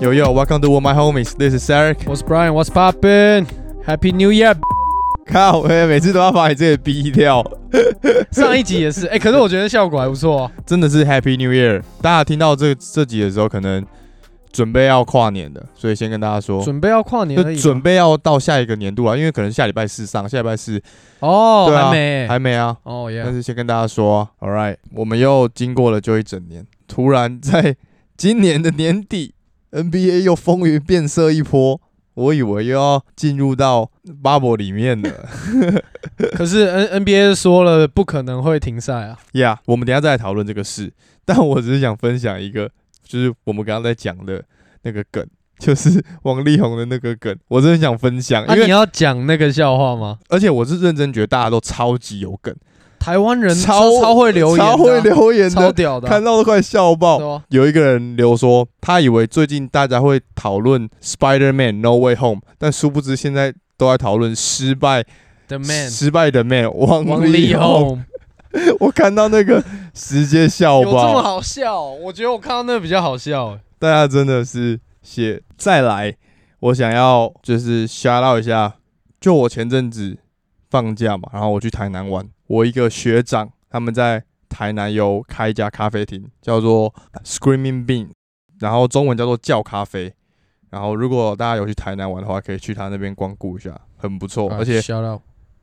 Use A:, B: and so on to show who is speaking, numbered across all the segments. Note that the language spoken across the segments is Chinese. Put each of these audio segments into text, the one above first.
A: Yo yo, welcome to All My Homies. This is Eric.
B: What's Brian? What's poppin? Happy New Year！
A: 靠，哎，每次都要把你自己逼掉，
B: 上一集也是，哎、可是我觉得效果还不错、啊。
A: 真的是 Happy New Year！大家听到这这集的时候，可能准备要跨年的，所以先跟大家说，
B: 准备要跨年而
A: 就
B: 已吧。
A: 哦准备要到下一个年度啊，因为可能下礼拜四上，下礼拜四
B: 哦，
A: 对啊
B: 还没，
A: 还没啊，
B: 哦
A: 但
B: 耶，
A: 是先跟大家说啊，All right，我们又经过了就一整年，突然在今年的年底，NBA 又风云变色一波，我以为又要进入到 bubble 里面了。
B: 可是 N NBA 说了不可能会停赛啊。
A: Yeah，我们等一下再来讨论这个事， 但我只是想分享一个，就是我们刚刚在讲的那个梗。就是 王力宏的那个梗，我真的想分享，
B: 啊，
A: 因
B: 你
A: 为、
B: 要讲那个笑话吗？
A: 而且我是认真觉得大家都超级有梗，
B: 台湾人
A: 超
B: 超会留言的啊，
A: 超会留言
B: 超
A: 的，
B: 屌的啊，
A: 看到都快笑爆。
B: 对啊
A: 有一个人留说，他以为最近大家会讨论 Spider-Man No Way Home，但殊不知现在都在讨论失败
B: The Man，
A: 失败的 Man 王
B: 王
A: 力
B: 力
A: 宏。
B: 宏，
A: 我看到那个直接笑
B: 有这么
A: 爆，
B: 好笑？我觉得我看到那个比较好笑、哎
A: 大家真的是谢。再来，我想要就是瞎唠一下，就我前阵子放假嘛，然后我去台南玩，我一个学长他们在台南有开一家咖啡厅，叫做 Screaming Bean，然后中文叫做叫咖啡。然后如果大家有去台南玩的话，可以去他那边光顾一下，很不错，哦
B: 啊
A: 而且
B: shout out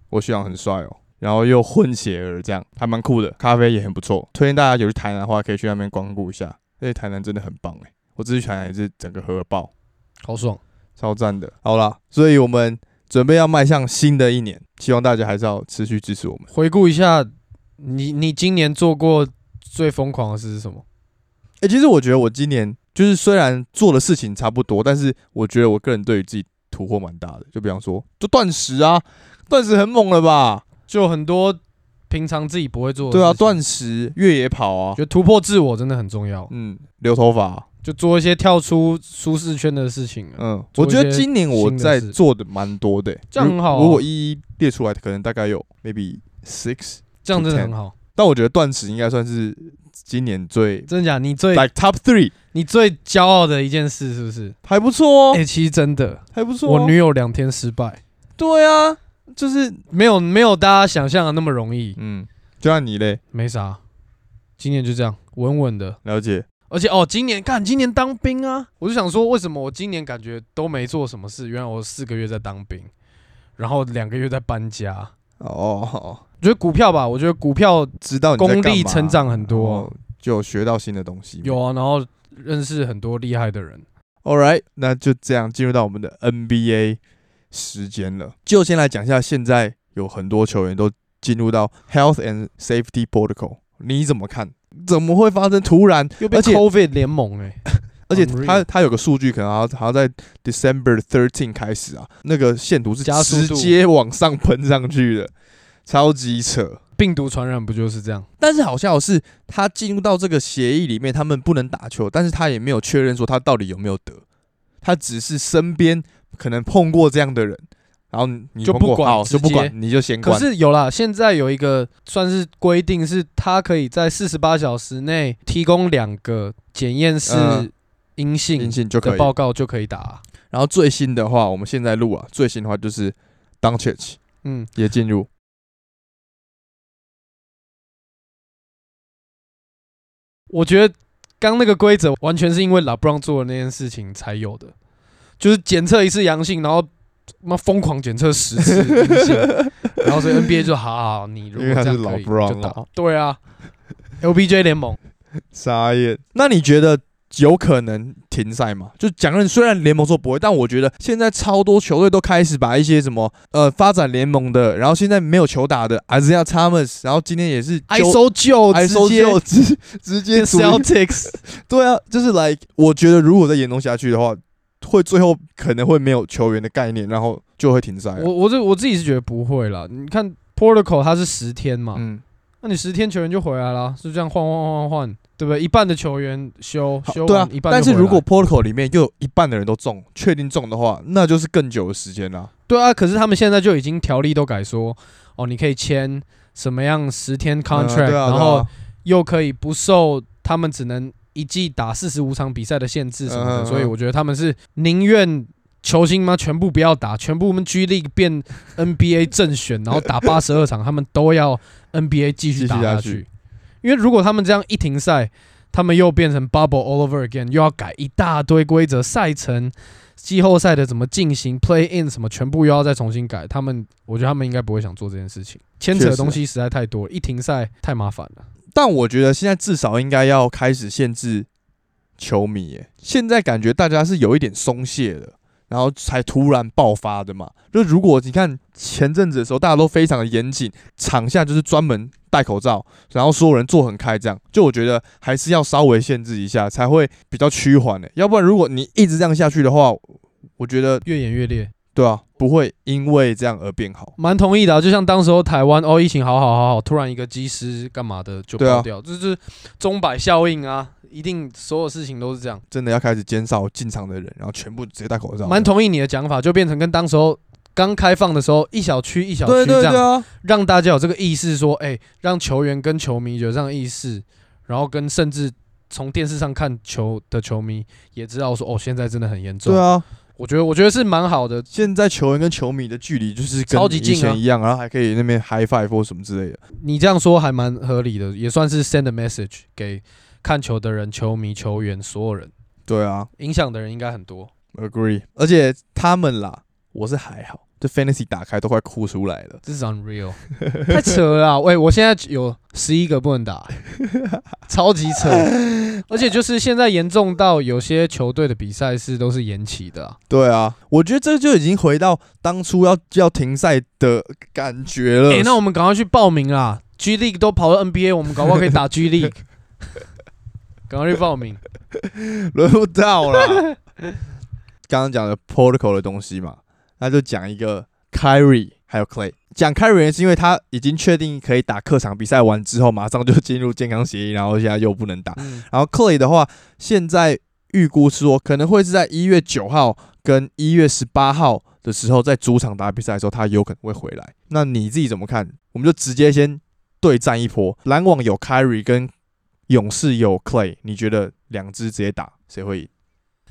A: 我学长很帅哦，然后又混血儿，这样还蛮酷的，咖啡也很不错，推荐大家有去台南的话，可以去那边光顾一下，而且台南真的很棒哎，我这次去台南也是整个喝爆，
B: 好爽，
A: 超赞的。好啦，所以我们准备要迈向新的一年，希望大家还是要持续支持我们。
B: 回顾一下，你你今年做过最疯狂的事是什么？
A: 哎、其实我觉得我今年就是虽然做的事情差不多，但是我觉得我个人对于自己突破蛮大的，就比方说，就断食啊，断食很猛了吧？
B: 就很多平常自己不会做的事
A: 对
B: 情。
A: 啊，断食、越野跑啊，
B: 觉得突破自我真的很重要，
A: 嗯，留头发啊、
B: 就做一些跳出舒适圈的事情啊。
A: 嗯，
B: 做
A: 我
B: 一
A: 觉得
B: 些
A: 今年我
B: 新的
A: 在
B: 事
A: 做的蛮多的欸、
B: 这样
A: 如
B: 很好
A: 如
B: 啊
A: 果一一列出来，可能大概有 maybe six，
B: 这样真的很好。
A: 但我觉得断食应该算是今年最
B: 真的假的？你最
A: like top three，
B: 你最骄傲的一件事是不是？
A: 还不错哦
B: 哎、，其实真的，
A: 还不错哦。
B: 我女友两天失败，
A: 对啊，就是
B: 没有没有大家想象的那么容易，
A: 嗯，就像你嘞，
B: 没啥。今年就这样稳稳的，
A: 了解，
B: 而且哦，今年干今年当兵啊，我就想说，为什么我今年感觉都没做什么事？原来我四个月在当兵，然后两个月在搬家。
A: 哦，
B: 我觉得股票吧，我觉得股票
A: 知道你在
B: 功
A: 干
B: 力
A: 嘛
B: 成，长很
A: 然
B: 多啊、
A: 后就有学到新的东西。
B: 有啊，然后认识很多厉害的人。
A: All right，那就这样进入到我们的 NBA 时间了。就先来讲一下，现在有很多球员都进入到 Health and Safety Protocol，你怎么看？怎么会发生突然？
B: 又被
A: 而且
B: COVID 联盟哎、欸，
A: 而且
B: Unreal
A: 他他有个数据，可能好像好像在 December thirteen 开始啊，那个线图是
B: 加速
A: 直
B: 度
A: 接往上喷上去的，超级扯。
B: 病毒传染不就是这样？
A: 但是好笑的是，他进入到这个协议里面，他们不能打球，但是他也没有确认说他到底有没有得，他只是身边可能碰过这样的人，然后你你
B: 就
A: 碰过
B: 不管
A: 好就不管
B: 直，
A: 你就先
B: 可
A: 关。
B: 是有啦，现在有一个算是规定，是他可以在四十八小时内提供两个检验
A: 嗯
B: 是阴性
A: 阴性就可
B: 的
A: 以。
B: 报告就可以打啊、
A: 然后最新的话，我们现在录啊，最新的话就是 d o n c h i c
B: 嗯，
A: 也进入。
B: 我觉得刚那个规则完全是因为 LeBron 做的那件事情才有的，就是检测一次阳性，然后妈疯狂检测十次阴性。然后所以 NBA 就好好，好你如
A: 因为
B: 果
A: 他
B: 这样
A: 是老
B: 可以
A: Bron
B: 就打
A: 了。
B: 对啊，LBJ 联盟
A: 傻眼。那你觉得有可能停赛吗？就讲认，虽然联盟说不会，但我觉得现在超多球队都开始把一些什么呃发展联盟的，然后现在没有球打的 Isaiah Thomas，然后今天也是
B: ISO 就
A: ISO 就直 直接组
B: Celtics
A: 对啊，就是 like 我觉得如果再严重下去的话，会最后可能会没有球员的概念，然后就会停赛啊了。
B: 我我这我自己是觉得不会啦。你看 Protocol 它是十天嘛，
A: 嗯，
B: 那你十天球员就回来啦，是这样换换换换换，对不对？一半的球员休
A: 好
B: 休
A: 对啊
B: 完一，半就回来，
A: 但是如果 protocol 里面又有一半的人都中，确定中的话，那就是更久的时间啦。
B: 对啊，可是他们现在就已经条例都改说，哦，你可以签什么样十天 contract，、
A: 嗯对啊
B: 然
A: 对啊
B: 后又可以不受他们只能一季打四十五场比赛的限制什么的，
A: 嗯嗯嗯
B: 所以我觉得他们是宁愿球星嘛全部不要打，全部我们 G League 变 NBA 正选，然后打八十二场，他们都要 NBA 继续打
A: 继续
B: 下
A: 下
B: 去
A: 去，
B: 因为如果他们这样一停赛，他们又变成 bubble all over again，又要改一大堆规则、赛程、季后赛的怎么进行、play in 什么，全部又要再重新改。他们，我觉得他们应该不会想做这件事情，牵扯
A: 确
B: 的
A: 实
B: 东西实在太多了，一停赛太麻烦了。
A: 但我觉得现在至少应该要开始限制球迷耶。现在感觉大家是有一点松懈的，然后才突然爆发的嘛。就如果你看前阵子的时候，大家都非常的严谨，场下就是专门戴口罩，然后所有人坐很开，这样就我觉得还是要稍微限制一下，才会比较趋缓的。要不然如果你一直这样下去的话，我觉得
B: 越演越烈，
A: 对啊，不会因为这样而变好。
B: 蛮同意的啊、就像当时候台湾哦，疫情好好好好，突然一个机师干嘛的就
A: 对啊
B: 爆掉，就是钟摆效应啊，一定所有事情都是这样。
A: 真的要开始减少进场的人，然后全部直接戴口罩。
B: 蛮同意你的讲法，就变成跟当时候刚开放的时候，一小区一小
A: 对
B: 区这
A: 对
B: 样
A: 对啊，
B: 让大家有这个意识，说，哎、让球员跟球迷有这样的意识，然后跟甚至从电视上看球的球迷也知道说，哦，现在真的很严重。
A: 对，啊。
B: 我觉得我觉得是蛮好的，
A: 现在球员跟球迷的距离就是跟
B: 超级近啊
A: 以前一样，然后还可以那边 high five 或什么之类的。
B: 你这样说还蛮合理的，也算是 send a message 给看球的人、球迷、球员所有人，
A: 对啊
B: 影响的人应该很多。
A: ，agree。而且他们啦，我是还好，这 fantasy 打开都快哭出来了。
B: 这是 unreal，太扯了啊！喂，我现在有十一个不能打，超级扯，而且就是现在严重到有些球队的比赛是都是延期的、啊，
A: 对啊，我觉得这就已经回到当初要要停赛的感觉了。
B: 哎、那我们赶快去报名啦！G League 都跑到 NBA，我们搞不好可以打 G League，赶快去报名。
A: 轮不到啦。 刚刚讲的 protocol 的东西嘛，那就讲一个 Kyrie 还有 Clay。讲 Kyrie 是因为他已经确定可以打客场比赛完之后，马上就进入健康协议，然后现在又不能打。
B: 嗯，
A: 然后 Clay 的话，现在预估是说可能会是在一月九号跟一月十八号的时候，在主场打比赛的时候，他有可能会回来。那你自己怎么看？我们就直接先对战一波，篮网有 Kyrie 跟勇士有 Clay，你觉得两支直接打谁会赢？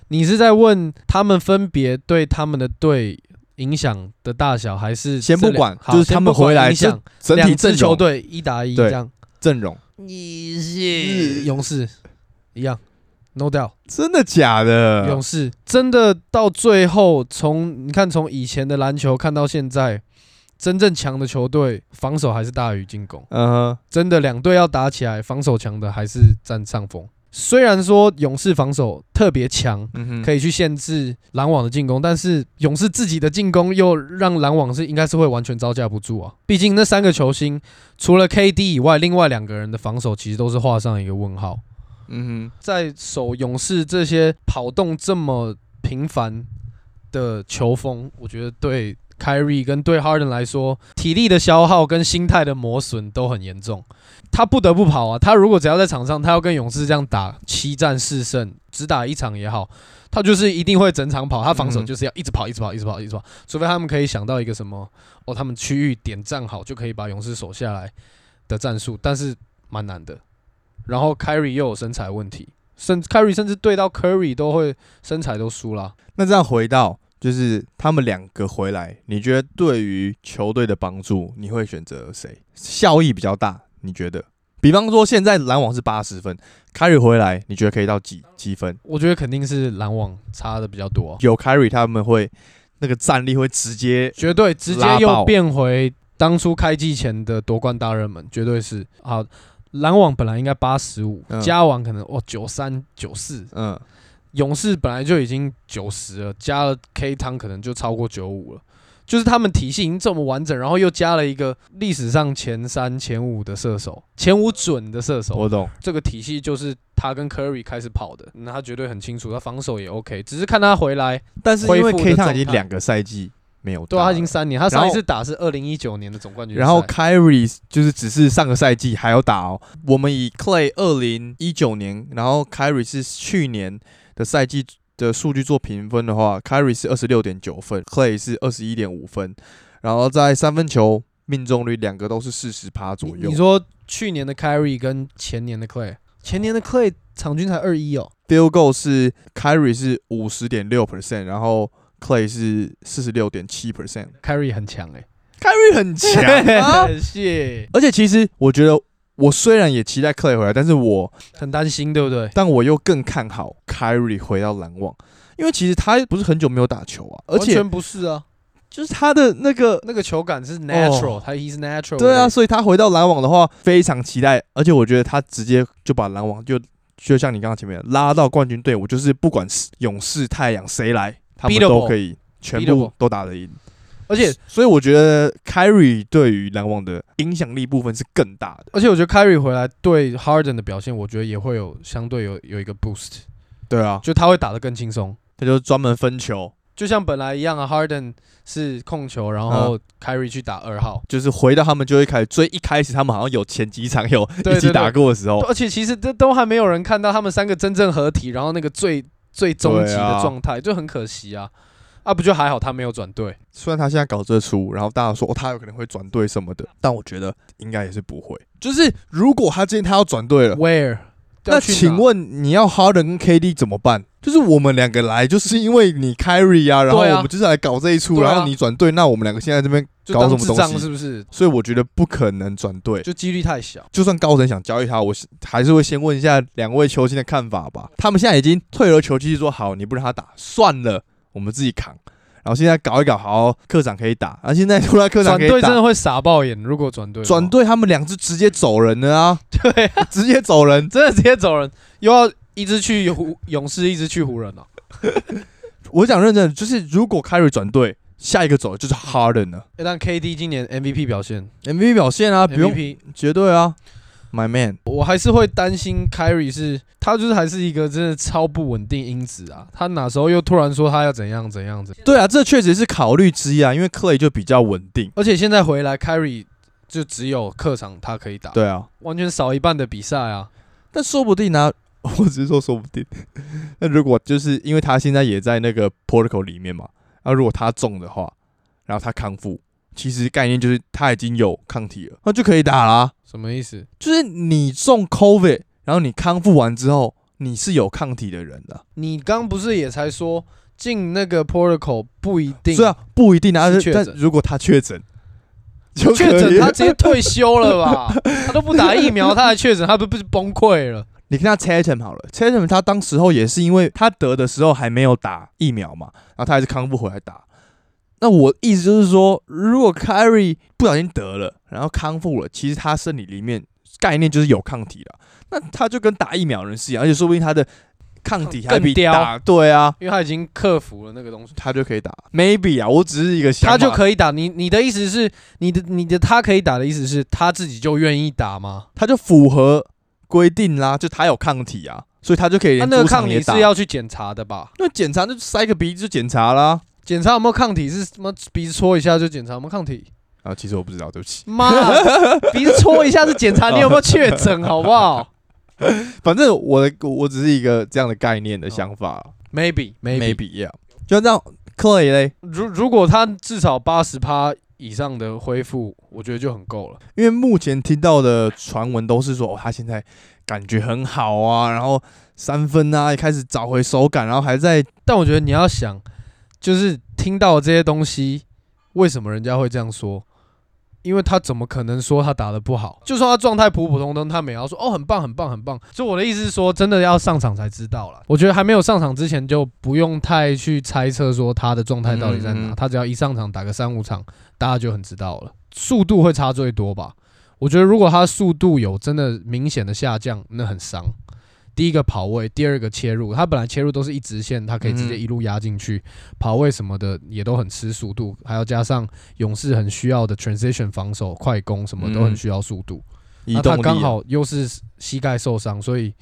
B: 你是在问他们分别对他们的队影响的大小，还是
A: 先不
B: 这两
A: 管
B: 好
A: 就是他
B: 先
A: 们
B: 不管
A: 回来
B: 影响
A: 整体
B: 两支
A: 阵
B: 球
A: 容
B: 队一打一
A: 对
B: 这样？
A: 阵容
B: 你是勇士一样，no doubt。
A: 真的假的
B: 勇？士真的到最后，从你看从以前的篮球看到现在，真正强的球队防守还是大于进攻，
A: 嗯哼，
B: 真的两队要打起来，防守强的还是占上风。虽然说勇士防守特别强，
A: 嗯哼，
B: 可以去限制篮网的进攻，但是勇士自己的进攻又让篮网是应该是会完全招架不住啊。毕竟那三个球星除了 KD 以外，另外两个人的防守其实都是画上一个问号。
A: 嗯
B: 在守勇士这些跑动这么频繁的球风，我觉得对 Kyrie 跟对 Harden 来说，体力的消耗跟心态的磨损都很严重。他不得不跑啊！他如果只要在场上，他要跟勇士这样打七战四胜，只打一场也好，他就是一定会整场跑。他防守
A: 嗯
B: 就是要一直跑，一直跑，一直跑，一直跑，除非他们可以想到一个什么哦，他们区域点站好就可以把勇士守下来的战术，但是蛮难的。然后 Kyrie 又有身材问题，甚 Kyrie 甚至对到 Curry 都会身材都输啦。
A: 哼，那这样回到就是他们两个回来，你觉得对于球队的帮助，你会选择谁？效益比较大？你觉得？比方说现在篮网是八十分，凯瑞回来，你觉得可以到几几分？
B: 我觉得肯定是篮网差的比较多啊、
A: 有凯瑞他们会那个战力会直接
B: 绝对直接
A: 拉
B: 又
A: 爆
B: 变回当初开季前的夺冠大热门，绝对是好。篮网本来应该八十五
A: 嗯，
B: 加完可能哇九三九四，
A: 嗯
B: 勇士本来就已经九十了，加了 K 汤可能就超过九五了。就是他们体系已经这么完整，然后又加了一个历史上前三、前五的射手，前五准的射手，
A: 我懂，
B: 这个体系就是他跟 Curry 开始跑的，那他绝对很清楚，他防守也 OK，只是看他回来，
A: 但是因为
B: 恢复的
A: K
B: 状
A: 汤
B: 态
A: 已经两个赛季没有
B: 对
A: 打
B: 啊，
A: 了
B: 他已经三年，他上
A: 然
B: 一
A: 后
B: 次打是二零一九年的总冠军赛，
A: 然后 Kyrie 就是只是上个赛季还要打哦。我们以 Clay 二零一九年，然后 Kyrie 是去年的赛季的数据做评分的话，Kyrie 是二十六点九分，Clay 是二十一点五分，然后在三分球命中率两个都是四十趴左
B: 你
A: 右
B: 你。说去年的 Kyrie 跟前年的 Clay，前年的 Clay 场均才二一哦，
A: Field goal 是 Kyrie 是五十点六 percent，然后 Clay 是四十六点七 percent。
B: Carry 很强哎、
A: Kyrie 很强、 啊，
B: 谢，
A: 而且其实我觉得，我虽然也期待 Clay 回来，但是我
B: 很担心对不对？
A: 但我又更看好 Kyrie 回到篮网，因为其实他不是很久没有打球啊，而
B: 完
A: 且
B: 全不是啊，
A: 就是他的那个
B: 那个球感是 natural，、他 he's natural，欸
A: 对啊，，所以他回到篮网的话非常期待，而且我觉得他直接就把篮网就就像你刚刚前面的拉到冠军队伍，就是不管是勇士、太阳谁来，他们
B: Beatable
A: 都可以全部
B: Beatable
A: 都打得赢。
B: 而且
A: 所以我觉得 Kyrie 对于篮网的影响力部分是更大的。
B: 而且我觉得 Carry 回来对 Harden 的表现，我觉得也会有相对有有一个 boost，
A: 对啊，
B: 就他会打得更轻松，
A: 他就专门分球，
B: 就像本来一样啊，Harden 是控球，然后
A: 嗯
B: Carry 去打二号。
A: 就是回到他们就会开始追。一开始他们好像有前几场有
B: 对
A: 一起
B: 对
A: 打
B: 对
A: 过的时候，
B: 而且其实这都还没有人看到他们三个真正合体，然后那个最最终
A: 对
B: 极
A: 啊
B: 的状态，就很可惜啊。啊，不就还好他没有转队，
A: 虽然他现在搞这出，然后大家说、哦、他有可能会转队什么的，但我觉得应该也是不会。就是如果他今天他要转队了，
B: Where？
A: 那请问你要 Harden 跟 KD 怎么办？就是我们两个来，就是因为你 Kyrie 啊，然后
B: 对啊
A: 我们就是来搞这一出，
B: 对啊
A: 然后你转队，那我们两个现在这边，
B: 就当
A: 搞什么
B: 智
A: 东
B: 障
A: 西
B: 是不是？
A: 所以我觉得不可能转队。
B: 就几率太小。
A: 就算高层想交易他，我是还是会先问一下两位球星的看法吧。他们现在已经退而求其次，说好你不让他打，算了，我们自己扛。然后现在搞一搞，好，科长可以打，啊，现在突然科长
B: 转
A: 可
B: 队
A: 以打
B: 真，的会傻爆眼，如果转队的话
A: 转队他们两只直接走人了啊，
B: 对啊，
A: 直接走人。
B: 真的直接走人，又要一直去湖勇士，一直去湖人了、啊
A: 我讲认真的，就是如果 Kyrie 转队，下一个走的就是 Harden 了
B: 诶但 KD 今年 MVP 表现、
A: ，MVP 表现啊，不用
B: m v p
A: 绝对啊，My man，
B: 我还是会担心 Kyrie 是，他就是还是一个真的超不稳定因子啊。他哪时候又突然说他要怎样怎样怎样，
A: 对啊，这确实是考虑之一啊，因为 Clay 就比较稳定，
B: 而且现在回来 Kyrie 就只有客场他可以打，
A: 对啊，
B: 完全少一半的比赛啊。
A: 但说不定呢、 我只是说说不定。 那如果就是因为他现在也在那个 protocol 里面嘛，那如果他中的话，然后他康复，其实概念就是他已经有抗体了，那就可以打啦、
B: 什么意思？
A: 就是你中 COVID，然后你康复完之后，你是有抗体的人了。
B: 你刚不是也才说进那个 protocol 不一定？
A: 虽然不一定啊，
B: 是
A: 但
B: 确
A: 但
B: 诊
A: 如果他确诊，就
B: 确
A: 可以
B: 诊他
A: 了
B: 直接退休了 吧？他都不打疫苗，他还确诊，他不不是崩溃了？
A: 你看他 Tatum 好了，Tatum 他当时候也是因为他得的时候还没有打疫苗嘛，然后他还是康复回来打。那我意思就是说，如果 Kyrie 不小心得了，然后康复了，其实他身体里面概念就是有抗体了，那他就跟打疫苗人是一样，而且说不定他的抗体还比
B: 更刁
A: 打对啊，
B: 因为他已经克服了那个东西，
A: 他就可以打。Maybe 啊，我只是一个想法，
B: 他就可以打。你你的意思是，你的你的他可以打的意思是他自己就愿意打吗？
A: 他就符合规定啦，就他有抗体啊，所以他就可以
B: 他
A: 连
B: 那个
A: 主
B: 抗
A: 场也
B: 体
A: 打。
B: 是要去检查的吧？
A: 那检查就塞个鼻子就检查啦。
B: 检查有没有抗体是什么？鼻子戳一下就检查有没有抗体？
A: 啊，其实我不知道，对不起。
B: 妈，鼻子戳一下是检查你有没有确诊，好不好
A: 反正我的我只是一个这样的概念的想法
B: ？Maybe 嗯 maybe，
A: yeah。就这样，Clay 嘞，
B: 如如果他至少八十趴以上的恢复，我觉得就很够了。
A: 因为目前听到的传闻都是说，哦，他现在感觉很好啊，然后三分啊也开始找回手感，然后还在
B: 但我觉得你要想，就是听到这些东西，为什么人家会这样说？因为他怎么可能说他打得不好？就算他状态普普通通，他们也要说哦，很棒，很棒，很棒。所以我的意思是说，真的要上场才知道了。我觉得还没有上场之前，就不用太去猜测说他的状态到底在
A: 嗯嗯
B: 哪。
A: 嗯
B: 他只要一上场打个三五场，大家就很知道了。速度会差最多吧？我觉得如果他速度有真的明显的下降，那很伤。第一个跑位，第二个切入，他本来切入都是一直线，他可以直接
A: 嗯
B: 一路压进去，跑位什么的也都很吃速度，还要加上勇士很需要的 transition 防守、快攻什么都很需要速度。
A: 嗯移
B: 那
A: 动
B: 他
A: 力啊
B: 刚好又是膝盖受伤，所以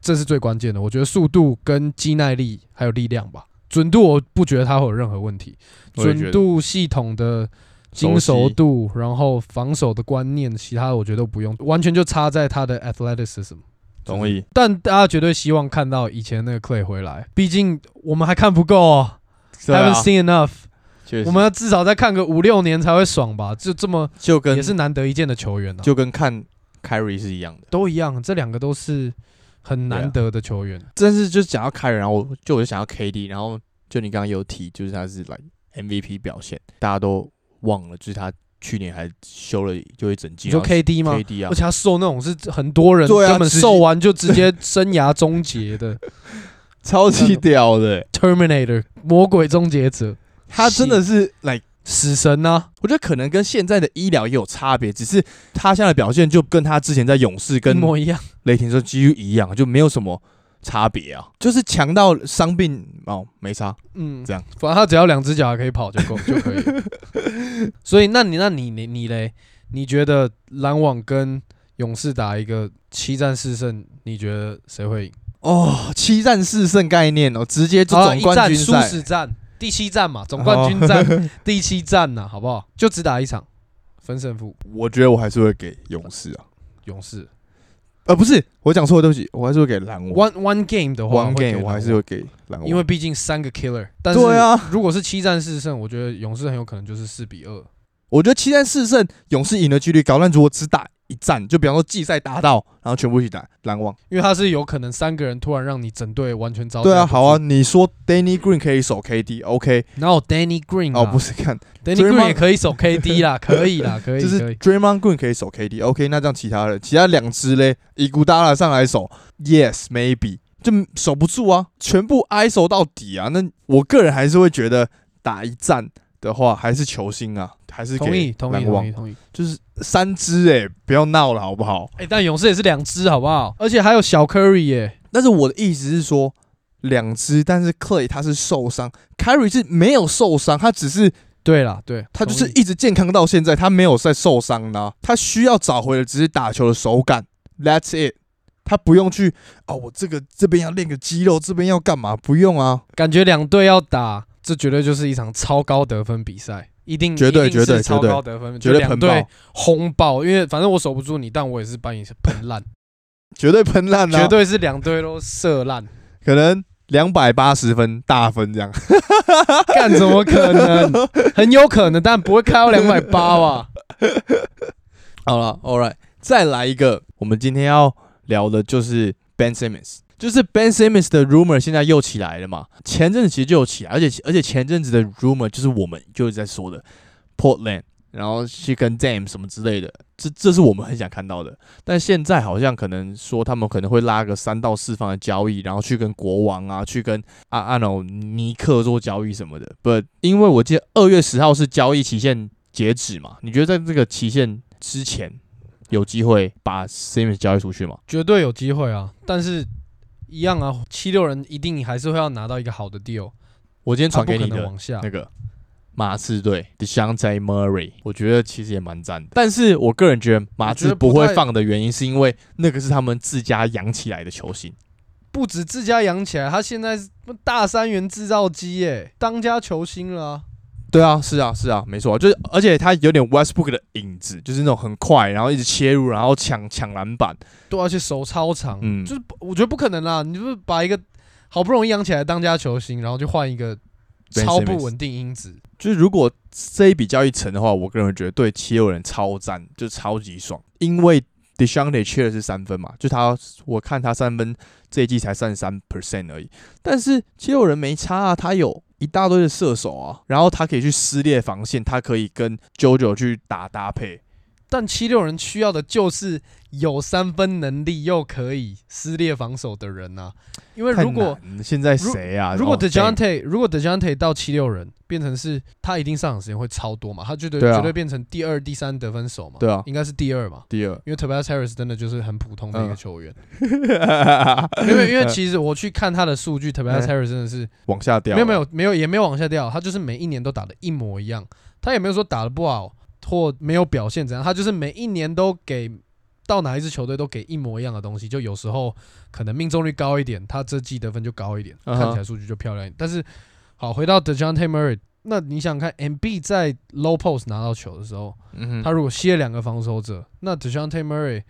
B: 这是最关键的。我觉得速度跟肌耐力还有力量吧，准度我不觉得它会有任何问题，
A: 我也觉
B: 准
A: 得
B: 度系统的精
A: 熟
B: 熟
A: 悉
B: 度，然后防守的观念，其他的我觉得都不用，完全就差在他的 athleticism。
A: 同意。啊
B: 但大家绝对希望看到以前那个 Clay 回来，毕竟我们还看不够、哦
A: 对
B: h a v e
A: 啊
B: n t seen enough。
A: 确实，
B: 我们要至少再看个五六年才会爽吧？就这么
A: 就跟
B: 也是难得一见的球员呢、啊，
A: 就跟看凯瑞是一样的。
B: 都一样，这两个都是很难得的球员。
A: 但是就讲到凯瑞，然后我就我就想要 KD，然后就你刚刚有提，就是他是来 MVP 表现，大家都忘了，就是他去年还修了就一整季。
B: 你说
A: 然后
B: KD 吗？
A: KD 啊
B: 而，且他受那种是很多人
A: 对啊
B: 根本
A: 直接
B: 受完就直接生涯终结 的
A: 超级屌的欸、
B: Terminator 魔鬼终结者
A: 他真的是来。
B: 死神啊，
A: 我觉得可能跟现在的医疗也有差别，只是他现在的表现就跟他之前在勇士
B: 一
A: 跟
B: 模一样。
A: 雷霆的时候几乎一样，就没有什么差别啊，就是强到伤病哦没差，
B: 嗯，
A: 这样，
B: 反正他只要两只脚还可以跑就够就可以了。 所以，那你那你你你嘞？你觉得篮网跟勇士打一个七战四胜，你觉得谁会赢？
A: 哦，七战四胜概念哦，直接就
B: 好啦
A: 总
B: 啊一
A: 冠
B: 战
A: 军
B: 输
A: 赛哦
B: 十战，第七战嘛，总冠军战、 第七战呐、好不好？就只打一场，分胜负。
A: 我觉得我还是会给勇士啊，
B: 勇士
A: 呃，不是，我讲错了，对不起，我还是会给篮网。
B: one one game 的话
A: One
B: 会给
A: game 我还
B: 篮
A: 是
B: 网
A: 会给篮网，
B: 因为毕竟三个 killer，但是
A: 对啊，
B: 如果是七战四胜，我觉得勇士很有可能就是四比二。
A: 我觉得七战四胜，勇士赢的几率高，但如果只打一战，就比方说季赛打到，然后全部一起打篮网。
B: 因为他是有可能三个人突然让你整队完全遭
A: 哦对啊，好啊，，你说 Danny Green 可以守 KD，OK？、
B: 然后 Danny Green
A: 哦，不
B: 是
A: 是看，
B: Danny
A: Draymond-
B: Green 也可以守 KD 啦，可以啦，可以，
A: 就
B: 可
A: 是
B: 以
A: Draymond Green 可以守 KD，OK？、那这样其他人，其他两支嘞，伊古达拉上来守，Yes，maybe 就守不住啊，全部挨守到底啊。那我个人还是会觉得打一战的话，还是球星啊，还是给
B: 同意同意
A: 篮
B: 同
A: 网
B: 意同意。
A: 就是三支哎、不要闹了好不好？
B: 哎，但勇士也是两支好不好？而且还有小 Curry 耶，
A: 但是我的意思是说，两支，但是 Clay 他是受伤，Carry 是没有受伤，他只是
B: 对啦，对，
A: 他就是
B: 同意
A: 一直健康到现在，他没有在受伤呢、他需要找回的只是打球的手感，That's it。他不用去哦，我这个这边要练个肌肉，这边要干嘛？不用啊，
B: 感觉两队要打，这绝对就是一场超高得分比赛，一定
A: 绝对
B: 一定是
A: 绝对
B: 超
A: 绝对
B: 高得分，
A: 绝对
B: 就
A: 喷
B: 两
A: 爆
B: 队，轰爆，因为反正我守不住你，但我也是把你 喷烂，
A: 绝对喷烂啊，
B: 绝对是两队都射烂，
A: 可能两百八十分大分这样。
B: 干怎么 可能？很有可能，但不会开到两百八啊吧？
A: 好了，All right，再来一个，我们今天要聊的就是 Ben Simmons，就是 Ben Simmons 的 rumor 现在又起来了嘛？前阵子其实就有起来，而且而且前阵子的 rumor 就是我们就是在说的 Portland，然后去跟 James 什么之类的，这这是我们很想看到的。但现在好像可能说他们可能会拉个三到四方的交易，然后去跟国王啊，去跟阿阿诺尼克做交易什么的。不，因为我记得二月十号是交易期限截止嘛，你觉得在这个期限之前有机会把 Simmons 交易出去吗？
B: 绝对有机会啊，但是一样啊，七六人一定还是会要拿到一个好的 deal，
A: 我今天
B: 他
A: 传
B: 不
A: 给
B: 可
A: 你
B: 能
A: 的
B: 往下
A: 那。个马刺队 d e s h a n t e Murray，我觉得其实也蛮赞的。但是我个人觉得马
B: 我觉
A: 刺
B: 得不
A: 不会
B: 太
A: 放的原因，是因为那个是他们自家养起来的球星。
B: 不止自家养起来，他现在是大三元制造机耶，当家球星了、啊。
A: 对啊，是啊，是啊，没错啊、就是而且他有点 Westbrook 的影子，就是那种很快，然后一直切入，然后抢抢篮板。
B: 对，而且手超长，
A: 嗯
B: 就是不我觉得不可能啦。你就是把一个好不容易养起来的当家球星，然后就换一个
A: Ben
B: 超不
A: Simmons
B: 稳定因子，
A: 就是如果这一笔交易成的话，我个人觉得对七六人超赞，就超级爽，因为 d e s h a n t e 缺的是三分嘛，就他我看他三分这一季才三十三 percent 而已，但是七六人没差啊，他有一大堆的射手啊，然后他可以去撕裂防线，他可以跟 JoJo 去打搭配，
B: 但七六人需要的就是有三分能力又可以撕裂防守的人啊。因为
A: 太
B: 如果
A: 难了现在谁啊？
B: 如果
A: 哦
B: Dejante 如果 Dejante 到七六人变成是他一定上场时间会超多嘛，他绝对
A: 对啊
B: 绝对变成第二、第三得分手嘛，
A: 对啊
B: 应该是第二嘛，
A: 第二，
B: 因为 Tobias Harris 真的就是很普通的一
A: 嗯
B: 个球员，因
A: 因
B: 为 因为其实我去看他的数据，Tobias Harris 真的是
A: 往下掉，啊
B: 没有没有没有也没有往下掉，他就是每一年都打的一模一样，他也没有说打的不好或没有表现怎样，他就是每一年都给到哪一支球队都给一模一样的东西，就有时候可能命中率高一点，他这季得分就高一点，
A: 嗯哼
B: 看起来数据就漂亮一点，但是好，回到 Dejounte Murray，那你想看 MB 在 low post 拿到球的时候，
A: 嗯
B: 他
A: 哼，
B: 如果歇两个防守者，那 Dejounte Murray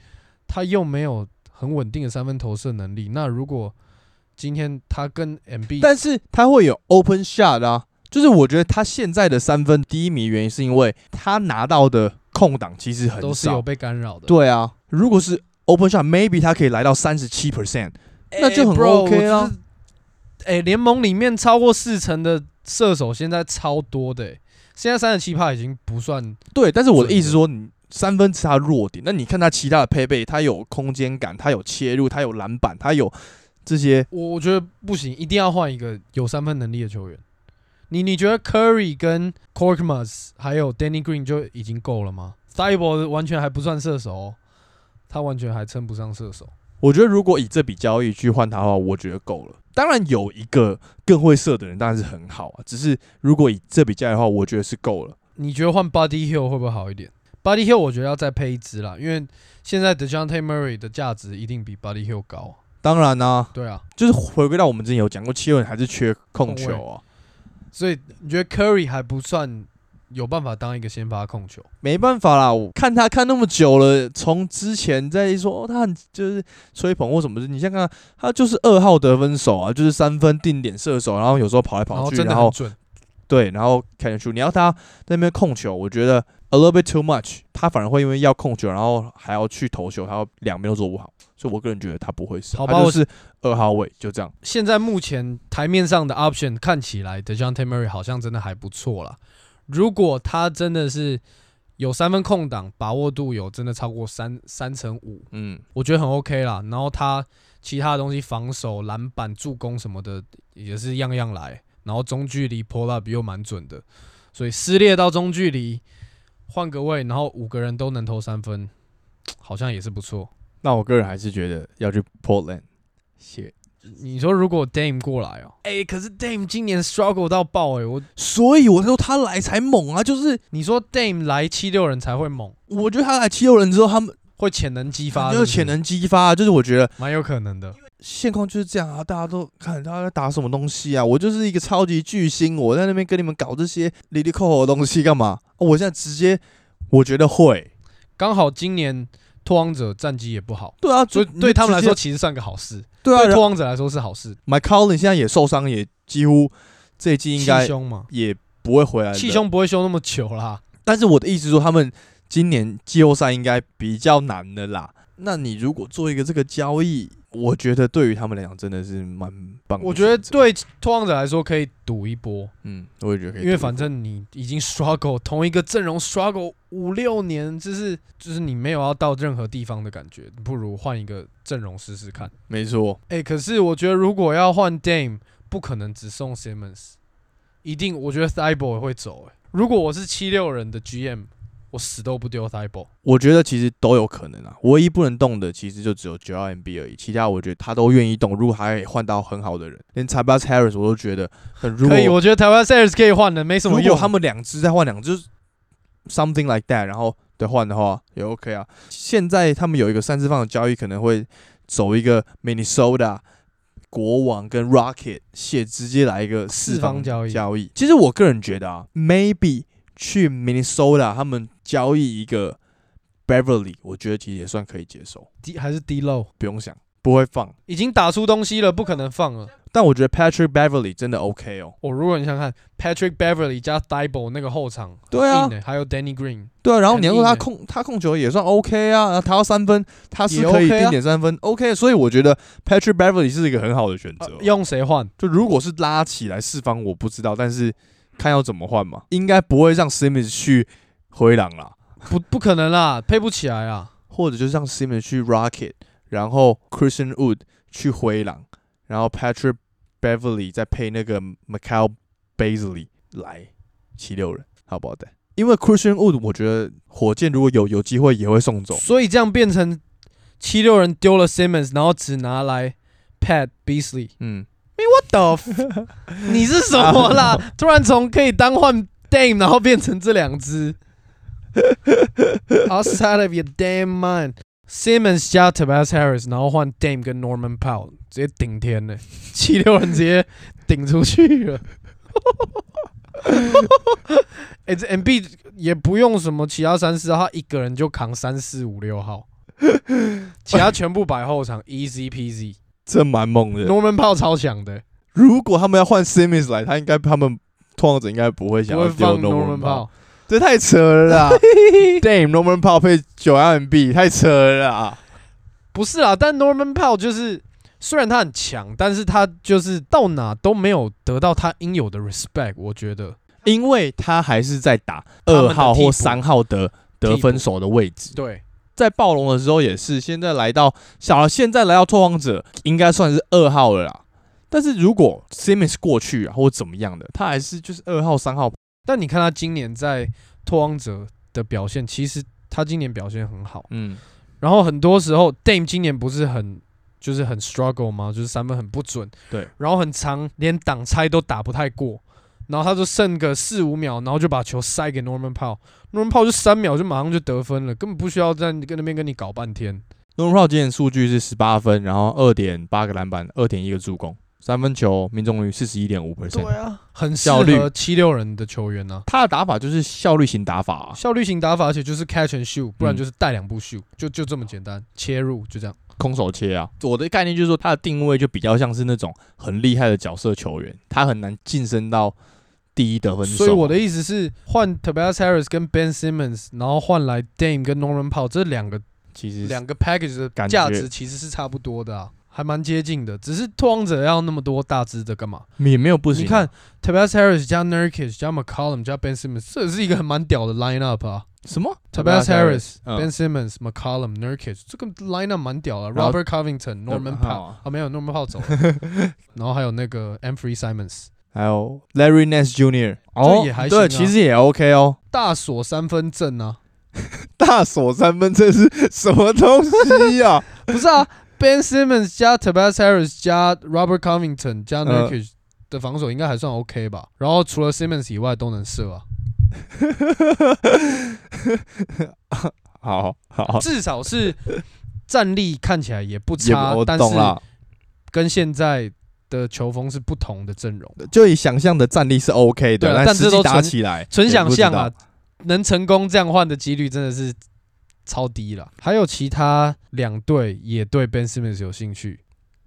B: 他又没有很稳定的三分投射能力，那如果今天他跟 MB
A: 但是他会有 open shot 啊，就是我觉得他现在的三分第一名原因是因为他拿到的空档其实很
B: 都是有
A: 少，
B: 被干扰的，
A: 对啊，如果是 open shot，maybe 他可以来到三十七 percent，那就很 OK 啊。
B: 哎、联盟里面超过四成的射手现在超多的、欸，现在三十七帕已经不算
A: 对，但是我的
B: 准
A: 意思
B: 的
A: 说，你三分是他的弱点，那你看他其他的配备，他有空间感，他有切入，他有篮板，他有这些，
B: 我我觉得不行，一定要换一个有三分能力的球员。你你觉得 Curry 跟 Korkmaz 还有 Danny Green 就已经够了吗 t h i b a l 完全还不算射手、哦，他完全还称不上射手。
A: 我觉得如果以这笔交易去换他的话，我觉得够了。当然有一个更会射的人当然是很好啊，只是如果以这笔交易的话，我觉得是够了。
B: 你觉得换 Buddy Hill 会不会好一点？Buddy Hill 我觉得要再配一支啦，因为现在 Dejounte Murray 的价值一定比 Buddy Hill 高。
A: 当然呢、
B: 对啊，
A: 就是回归到我们之前有讲过，七六人还是缺控球啊，
B: 所以你觉得 Curry 还不算有办法当一个先发控球？
A: 没办法啦。我看他看那么久了，从之前在说、哦、他很就是吹捧或什么的，你像看他就是二号得分手啊，就是三分定点射手，然后有时候跑来
B: 然
A: 跑
B: 后
A: 去，
B: 真的
A: 然
B: 很
A: 后
B: 准，
A: 对，然后砍出。你要他在那边控球，我觉得 a little bit too much，他反而会因为要控球，然后还要去投球，还要两边都做不好。所以我个人觉得他不会是，
B: 好吧
A: 他就
B: 我
A: 是二号位就这样。
B: 现在目前台面上的 option 看起来 d e j o n t e Murray 好像真的还不错啦。如果他真的是有三分空档，把握度有真的超过三三成五，
A: 嗯，
B: 我觉得很 OK 啦。然后他其他的东西，防守、篮板、助攻什么的也是样样来，然后中距离 pull up 又蛮准的，所以撕裂到中距离，换个位，然后五个人都能投三分，好像也是不错。
A: 那我个人还是觉得要去 Portland。谢。
B: 你说如果 Dame 过来哦，哎、可是 Dame 今年 struggle 到爆哎、我
A: 所以我说他来才猛啊，就是
B: 你说 Dame 来七六人才会猛，
A: 我觉得他来七六人之后，他们
B: 会潜能激发，
A: 就是潜，能激发、啊就是我觉得
B: 蛮有可能的。
A: 现况就是这样啊，大家都看他在打什么东西啊，我就是一个超级巨星，我在那边跟你们搞这些里里扣扣的东西干嘛、哦我现在直接我觉得会，
B: 刚好今年拓荒者战绩也不好，
A: 对啊，
B: 所以
A: 就
B: 对他们来
A: 直接
B: 说其实算个好事，
A: 对啊
B: 对
A: 然
B: 拓
A: 后
B: 荒者来说是好事。
A: ，My Collin 现在也受伤，也几乎这一季应该
B: 气胸嘛，
A: 也不会回来了，
B: 气胸不会胸那么久啦。
A: 但是我的意思是说，他们今年季后赛应该比较难的啦。那你如果做一个这个交易，我觉得对于他们来讲真的是蛮棒的选择。
B: 我觉得对拓荒者来说可以赌一波，
A: 嗯，我也觉得可以赌，
B: 因为反正你已经 struggle 同一个阵容 struggle 五六年，就是就是你没有要到任何地方的感觉，不如换一个阵容试试看。
A: 没错，
B: 哎、可是我觉得如果要换 Dame，不可能只送 Simmons，一定我觉得 Thibault 会走、欸。如果我是七六人的 GM，我死都不丢 Thibault。
A: 我觉得其实都有可能啊。唯一不能动的其实就只有九 MB 而已，其他我觉得他都愿意动。如果还可以换到很好的人，连 t a b a s Harris 我都觉得，呃如果
B: 可以，我觉得台湾 s a r s 可以换的，没什么
A: 如
B: 用。
A: 果他们两只再换两只就是，something like that，然后对换的话也 OK 啊。现在他们有一个三次方的交易，可能会走一个 Minnesota 国王跟 Rocket 蟹直接来一个
B: 四
A: 方
B: 方交易
A: 交易。其实我个人觉得啊，maybe 去 Minnesota 他们交易一个 Beverly，我觉得其实也算可以接受，
B: D 还是 D low，
A: 不用想，不会放。
B: 已经打出东西了，不可能放了。
A: 但我觉得 Patrick Beverly 真的 OK 哦。
B: 哦，如果你想看 Patrick Beverly 加 Thibault 那个后场，
A: 对啊
B: 硬欸还有 Danny Green
A: 对啊，然后你要说他
B: 很硬欸
A: 控他控球也算 OK 啊，然后他要三分，他是
B: 也
A: 可以
B: OK 啊
A: 定点三分 OK，所以我觉得 Patrick Beverly 是一个很好的选
B: 啊
A: 择。
B: 用谁换？
A: 就如果是拉起来四方，我不知道，但是看要怎么换嘛，应该不会让 Simmons 去灰狼啦，
B: 不不可能啦，配不起来啊。
A: 或者就是让 Simmons 去 Rocket，然后 Christian Wood 去灰狼，然后 Patrick Beverly 再配那个 Michael Basley 来七六人，好不好的？因为 Christian Wood 我觉得火箭如果有有机会也会送走。
B: 所以这样变成七六人丢了 Simmons，然后只拿来 Pat Beasley。
A: 嗯，
B: What the？f- 你是什么啦？突然从可以单换 Dame，然后变成这两只。Outside of your damn mind。Simmons 加 Tobias Harris，然后换 Dame 跟 Norman Powell，直接顶天呢、七六人直接顶出去了。 哎、这 MB 也不用什么其他三四号，他一个人就扛三四五六号，其他全部摆后场，easy peasy。
A: 这蛮猛的。
B: Norman 炮超强的，
A: 如果他们要换 Simmons 来，他应该他们创作者应该不会想
B: 不
A: 要
B: 会
A: 丢
B: 放
A: Norman
B: Norman
A: 炮，
B: 炮。
A: 这太扯了 啦！Damn Norman 炮配九 MB 太扯了啦！
B: 不是啦，但 Norman 炮就是虽然他很强，但是他就是到哪都没有得到他应有的 respect，我觉得。
A: 因为他还是在打
B: 他们
A: 二
B: 的
A: 号
B: 替
A: 或
B: 补
A: 三号的得分手的位置，
B: 对，
A: 在暴龙的时候也是，现在来到小现在来到拓荒者，应该算是二号了啦。但是如果 Simmons 过去啊，或怎么样的，他还是就是二号、三号。
B: 但你看他今年在拓荒者的表现，其实他今年表现很好。
A: 嗯，
B: 然后很多时候，Dame 今年不是很就是很 struggle 吗？就是三分很不准，
A: 对，
B: 然后很长连挡拆都打不太过，然后他就剩个四五秒，然后就把球塞给 Norman Powell，Norman Powell 就三秒就马上就得分了，根本不需要在跟那边跟你搞半天。
A: Norman Powell 今年数据是十八分，然后二点八个篮板，二点一个助攻，三分球命中率四十一点五 percent。
B: 啊，很适
A: 效率
B: 合七六人的球员呢、
A: 他的打法就是效率型打法、啊，
B: 效率型打法，而且就是 catch and shoot，不然
A: 嗯
B: 就是带两步 shoot，、就就这么简单，切入就这样。
A: 空手切啊。我的概念就是说，他的定位就比较像是那种很厉害的角色球员，他很难晋升到第一得分手。
B: 所以我的意思是，换 Tobias Harris 跟 Ben Simmons，然后换来 Dame 跟 Norman Powell 这两个
A: 其实
B: 两个 package
A: 感觉
B: 的价值其实是差不多的啊，还蛮接近的。只是拓荒者要那么多大只的干嘛？
A: 也没有不行、啊
B: 你看 Tobias Harris 加 Nurkic 加 McCollum 加 Ben Simmons，这是一个很蛮屌的 lineup 啊。
A: 什么
B: Tobias Harris、
A: 嗯
B: Ben Simmons、McCollum、Nurkic 这个 lineup 蛮屌的。啊
A: 然后嗯
B: Robert Covington、Norman
A: 然后
B: Powell 啊，没有 Norman Powell 走了， 然后还有那个 Amphrey Simons，
A: 还有 Larry Nance Jr.
B: 这也还行啊
A: 对，其实也 OK 哦。
B: 大锁三分阵啊，
A: 大锁三分这是什么东西啊？
B: 不是啊，Ben Simmons 加 Tobias Harris 加 Robert Covington 加
A: 呃
B: Nurkic 的防守应该还算 OK 吧？然后除了 Simmons 以外都能射啊，
A: 好好，
B: 至少是战力看起来也不
A: 也
B: 差
A: 不我，
B: 但
A: 懂
B: 是
A: 了，
B: 跟现在的球风是不同的阵容，
A: 就以想象的战力是 OK 的，
B: 对啊但
A: 实
B: 这
A: 际
B: 都
A: 打
B: 纯
A: 起来
B: 纯想象
A: 也
B: 啊
A: 不知，
B: 能成功这样换的几率真的是超低了。还有其他两队也对 Ben Simmons 有兴趣，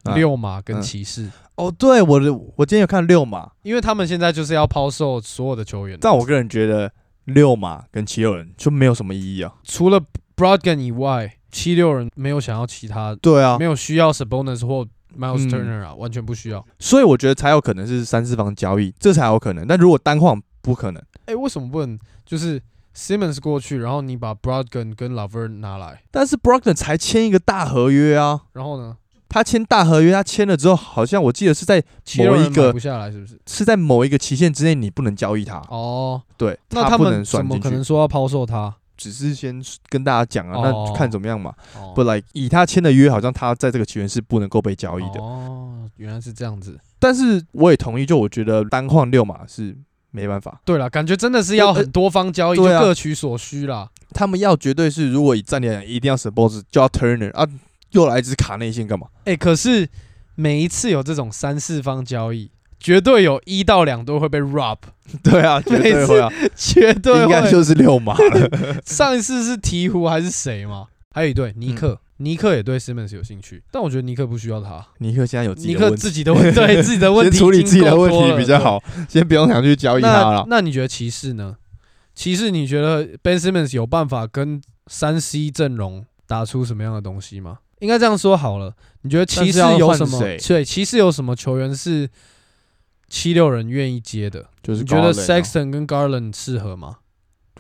A: 啊
B: 六马跟
A: 嗯
B: 骑士，
A: 道。哦，对，我的我今天有看六马，
B: 因为他们现在就是要抛售所有的球员了。
A: 但我个人觉得六马跟七六人就没有什么意义啊。
B: 除了 Broadgan 以外，七六人没有想要其他，
A: 对啊
B: 没，有需要 Sabonis 或 Miles
A: 嗯
B: Turner 啊，完全不需要。
A: 所以我觉得才有可能是三四方交易，这才有可能。但如果单换不可能。
B: 哎、为什么不能就是 Simmons 过去，然后你把 Broadgan 跟 Laverne 拿来，
A: 但是 Brockton 才签一个大合约啊，
B: 然后呢，
A: 他签大合约，他签了之后，好像我记得是在
B: 七六
A: 某
B: 人
A: 一个
B: 买不下来是不是？
A: 是在某一个期限之内你不能交易他，
B: 哦，
A: 对，
B: 那
A: 他
B: 他
A: 不能
B: 们
A: 算
B: 怎么
A: 进
B: 可
A: 去
B: 能。说要抛售他？
A: 只是先跟大家讲啊，
B: 哦
A: 那看怎么样嘛。
B: 哦，
A: 不来以他签的约，好像他在这个期间是不能够被交易的。
B: 哦，原来是这样子。
A: 但是我也同意，就我觉得单换六码是没办法，
B: 对了，感觉真的是要
A: 呃
B: 很多方交易，就
A: 对啊
B: 各取所需啦。
A: 他们要绝对是如果以战力来讲，一定要 suppose 就要 Turner 啊，又来一只卡内线干嘛？
B: 哎、可是每一次有这种三四方交易，绝对有一到两队会被 rob。
A: 对啊，绝对会啊，
B: 绝对
A: 应该
B: 会
A: 就是六码了。
B: 上一次是鹈鹕还是谁嘛？还有一队尼
A: 嗯
B: 克，尼克也对 Simmons 有兴趣，但我觉得尼克不需要他，
A: 尼克现在有自己
B: 尼
A: 的
B: 克
A: 问题，
B: 自己的问 对自己的问
A: 先
B: 题已
A: 处
B: 经够多了，
A: 理自己的问题比较好，先不用想去交
B: 对。
A: 易他
B: 那
A: 了。
B: 那你觉得骑士呢？骑士你觉得 Ben Simmons 有办法跟三 C 阵容打出什么样的东西吗？应该这样说好了，你觉得骑士
A: 但是要
B: 有
A: 换
B: 什么
A: 谁？
B: 对，骑士有什么球员是七六人愿意接的？
A: 就是
B: 你觉得
A: Garland 啊
B: Sexton 跟 Garland 适合吗？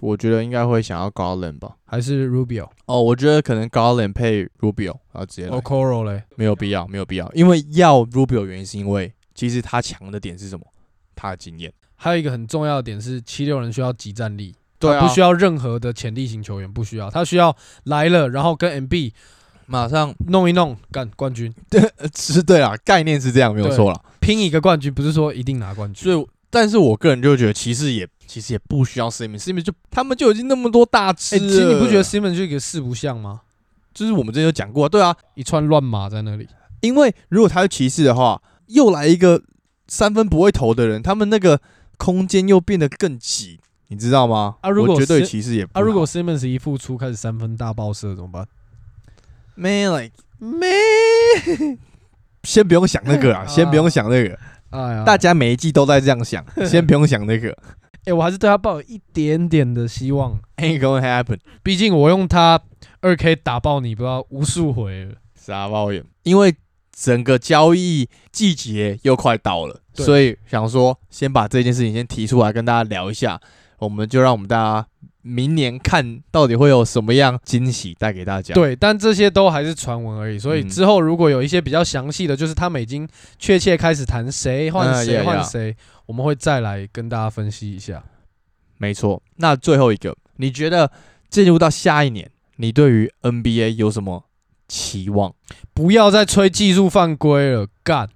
A: 我觉得应该会想要 Garland 吧。
B: 还是 Rubio、
A: 哦，我觉得可能 Garland 配 Rubio 啊，直接来
B: Okoro 嘞？
A: 没有必要，没有必要，因为要 Rubio 的原因是因为其实他强的点是什么？他的经验。
B: 还有一个很重要的点是，七六人需要集战力，
A: 对啊
B: 不需
A: 要
B: 要任何的潜力型球员，不需要，他需要来了，然后跟 MB
A: 马上，
B: 弄一弄，干冠军，
A: 呃是对
B: 啊
A: 啦，概念是这样，没有
B: 对
A: 错啦。
B: 拼一个冠军，不是说一定拿冠军。
A: 所以，但是我个人就觉得骑士也其实也不需要 Simmons，Simmons 就他们就已经那么多大只
B: 哎、
A: 了、
B: 其实你不觉得 Simon 就是一个四不像吗？
A: 就是我们之前有讲过、啊，对啊，
B: 一串乱码在那里，
A: 因为如果他是骑士的话，又来一个三分不会投的人，他们那个空间又变得更挤，你知道吗？
B: 啊如果
A: 我绝对
B: 是
A: 骑士也不
B: 啊，如果
A: 好
B: Simmons 一复出开始三分大爆射怎么办？
A: man like man，先不用想那 个啊，先不用想那个，
B: 哎呀，
A: 大家每一季都在这样 想，先不用想那个
B: 哎、我还是对他抱有一点点的希望，
A: ain't gonna happen，
B: 毕竟我用他二 K 打爆你不知道无数回了。
A: 傻爆眼，因为整个交易季节又快到了，
B: 对
A: 所以想说先把这件事情先提出来跟大家聊一下，我们就让我们大家明年看到底会有什么样惊喜带给大家。
B: 对，但这些都还是传闻而已，所以
A: 嗯
B: 之后如果有一些比较详细的，就是他们已经确切开始谈谁换
A: 嗯
B: 谁
A: yeah，
B: 换
A: yeah
B: 谁，我们会再来跟大家分析一下。
A: 没错。那最后一个，你觉得进入到下一年，你对于 NBA 有什么期望？
B: 不要再吹技术犯规了，干！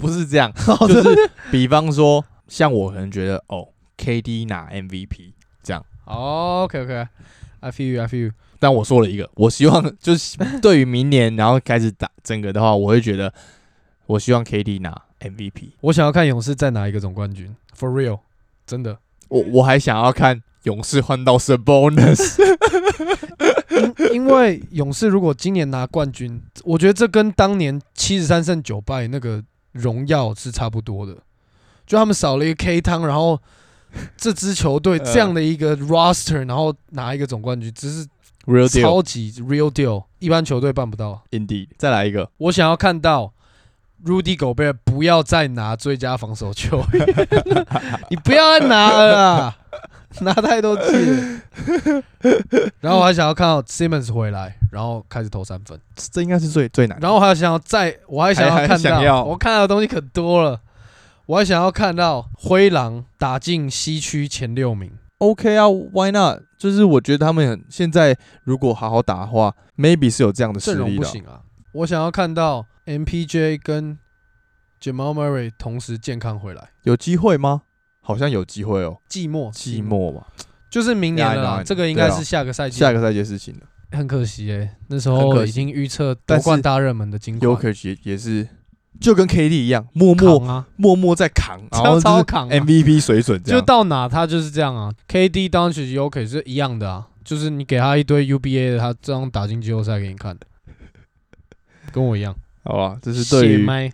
A: 不是 这样，就是比方说，像我可能觉得哦，KD 拿 MVP 这样，
B: 哦 OK OK，I feel you，I feel you。
A: 但我说了一个，我希望就是对于明年然后开始打整个的话，我会觉得我希望 KD 拿 MVP。
B: 我想要看勇士再拿一个总冠军，For real，真 的。
A: 我我还想要看勇士换到 Sabonis，
B: 因为勇士如果今年拿冠军，我觉得这跟当年七十三胜九败那个荣耀是差不多的，就他们少了一个 K 汤，然 后这支球队
A: 呃
B: 这样的一个 roster，然后拿一个总冠军，只是
A: real deal
B: 超级 real deal，一般球队办不到。
A: indeed。再来一个，
B: 我想要看到 Rudy Gobert 不要再拿最佳防守球员， 你不要再拿了啦，拿太多次了。然后我还想要看到 Simmons 回来，然后开始投三分。
A: 这应该是最最难的。
B: 然后我还想要再，我还想要
A: 哎还
B: 看
A: 还想
B: 到，
A: 要
B: 我看到的东西可多了。我还想要看到灰狼打进西区前六名。
A: OK 啊，Why not？就是我觉得他们很现在如果好好打的话，maybe 是有这样的实
B: 阵容
A: 力
B: 不
A: 的啊。
B: 行啊！我想要看到 MPJ 跟 Jamal Murray 同时健康回来。
A: 有机会吗？好像有机会哦，
B: 寂寞，
A: 季末吧，
B: 就是明年了
A: Yeah, I
B: 啦，
A: know,
B: 这个应该
A: 对
B: 是
A: 啊
B: 下个赛季。
A: 下个赛季的事情了。
B: 很可惜哎、那时
A: 很
B: 候
A: 可
B: 已
A: 惜
B: 经预测夺
A: 但是
B: 冠大热门的金
A: 有
B: 块
A: 可惜也是就跟 KD 一样，默默
B: 扛啊，
A: 默默在扛，然
B: 超
A: 后就
B: 超
A: 是
B: 扛啊、
A: MVP 水准这
B: 就
A: 样。
B: 到哪他就是这样啊。KD 当时 UK 是一样的啊，就是你给他一堆 UBA 的，他这样打进季后赛给你看的， 跟我一样。
A: 好吧，这是对
B: 血
A: 于
B: 脉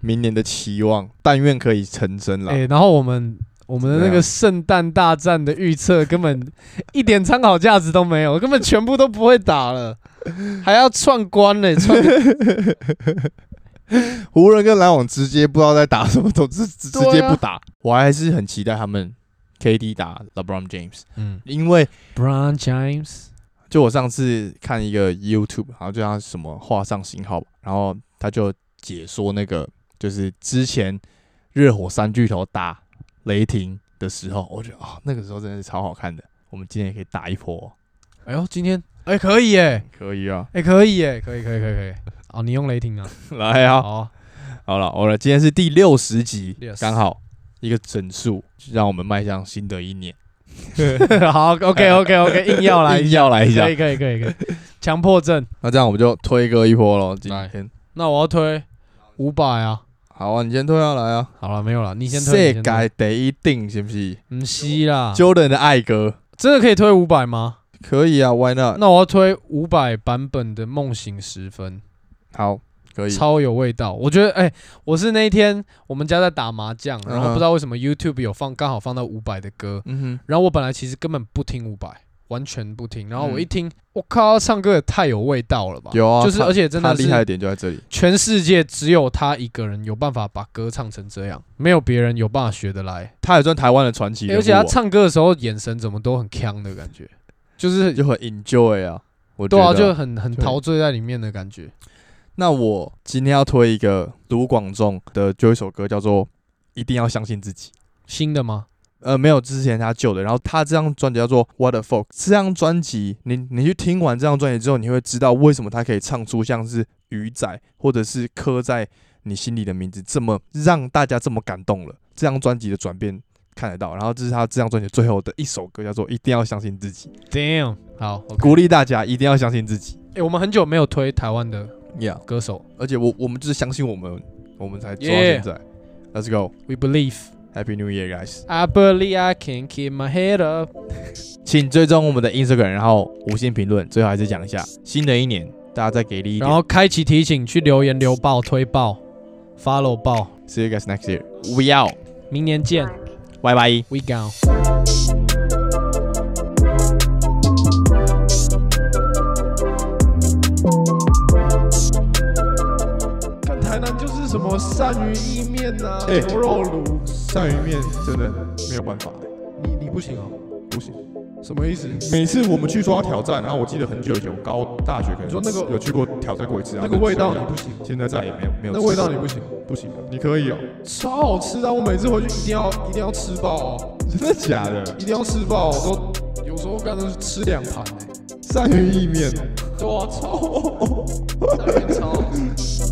A: 明年的期望，但愿可以成真啦
B: 哎、。然后我们我们的那
A: 对
B: 个
A: 啊
B: 圣诞大战的预测根本 一点参考价值都没有，根本全部都不会打了，还要串关呢、串
A: 湖人跟篮网直接不知道在打什么，都直直直
B: 对
A: 接
B: 啊
A: 不打。我还是很期待他们 KD 打 LeBron James，
B: 嗯
A: 因为
B: ，Brown James。
A: 就我上次看一个 YouTube，然后就他什么画上星号吧，然后他就解说那个就是之前热火三巨头打雷霆的时候，我觉得啊、那个时候真的是超好看的。我们今天也可以打一波哦、
B: 哎呦，今天哎、可以哎、
A: 可以啊，
B: 哎、可以耶，可以，可以，可以，可以。哦，你用雷霆啊？
A: 来啊，
B: 好啊，
A: 好了，好了，今天是第六十集
B: Yes，
A: 刚好一个整数，让我们迈向新的一年。
B: 好，OK，OK，OK，硬 要来一
A: 硬
B: 下，
A: 哎要来一下
B: 可以，，可以，可以，可以，强迫症。
A: 那这样我们就推歌一波喽。今
B: 来
A: 天
B: 那我要推五百啊。
A: 好啊，你先推啊，来啊，
B: 好了，没有了，你
A: 你啊
B: 先推。
A: 世界第一定是不是
B: 唔吸啦，
A: ？Jordan 的爱歌。
B: 真的可以推五百吗？
A: 可以啊，Why not？
B: 那我要推五百版本的《梦醒时分
A: 好，可》，以。
B: 超有味道。我觉得，哎、我是那一天我们家在打麻将，然后
A: 嗯
B: 不知道为什么 YouTube 有放，刚好放到五百的歌，
A: 嗯
B: 然后我本来其实根本不听伍佰，完全不听。然后我
A: 嗯
B: 一听，我靠，他唱歌也太有味道了吧！
A: 有啊
B: 就是而且真
A: 他
B: 的
A: 厉害的
B: 是
A: 点就在这里。
B: 全世界只有他一个人有办法把歌唱成这样，没有别人有办法学得来。
A: 他也算台湾的传奇人物
B: 而
A: 啊、
B: 且他唱歌的时候眼神怎么都很强的感觉，就是
A: 就很 enjoy 啊。我觉
B: 对
A: 得
B: 啊，就很很
A: 对
B: 陶醉在里面的感觉。
A: 那我今天要推一个卢广仲的，就有一首歌叫做《一定要相信自己》。
B: 新的吗？
A: 呃，没有之前他旧的，然后他这张专辑叫做《What the Fuck》。这张专辑，你你去听完这张专辑之后，你会知道为什么他可以唱出像是《鱼仔》或者是《刻在你心里的名字》这么让大家这么感动了。这张专辑的转变看得到，然后这是他这张专辑最后的一首歌，叫做《一定要相信自己》，
B: Damn，好
A: 鼓
B: 励。
A: 励大家一定要相信自己。
B: 哎、我们很久没有推台湾的
A: Yeah，
B: 歌手
A: 而且我我们就是相信我们，我们才做到现在。Let's go，
B: ，We Believe。
A: Happy New Year, guys！
B: I believe I can keep my head up。
A: 请追踪我们的 Instagram，然后五星评论。最后还是讲一下，新的一年大家再给力一点。
B: 然后开启提醒，去留言留爆、推爆、follow 爆，
A: See you guys next year. We out.
B: 明年见
A: 拜拜。
B: ，We gone。
A: 看台南就是什么鳝鱼意面呐、牛肉炉。鳝鱼面真的没有办法，你你不行哦，不行。什么意思？每次我们去说要挑战，然后我记得很久以前，我高大学可能说那个有去过挑战过一次、啊，那个味道你不行，现在再也没有没有。那味道你不行，不行，你可以哦，超好吃的、我每次回去一定要一定要吃爆哦，真的假 的？一定要吃爆、都有时候干脆吃两欸 盘鳝鱼意面，对啊，超鳝鱼超好吃。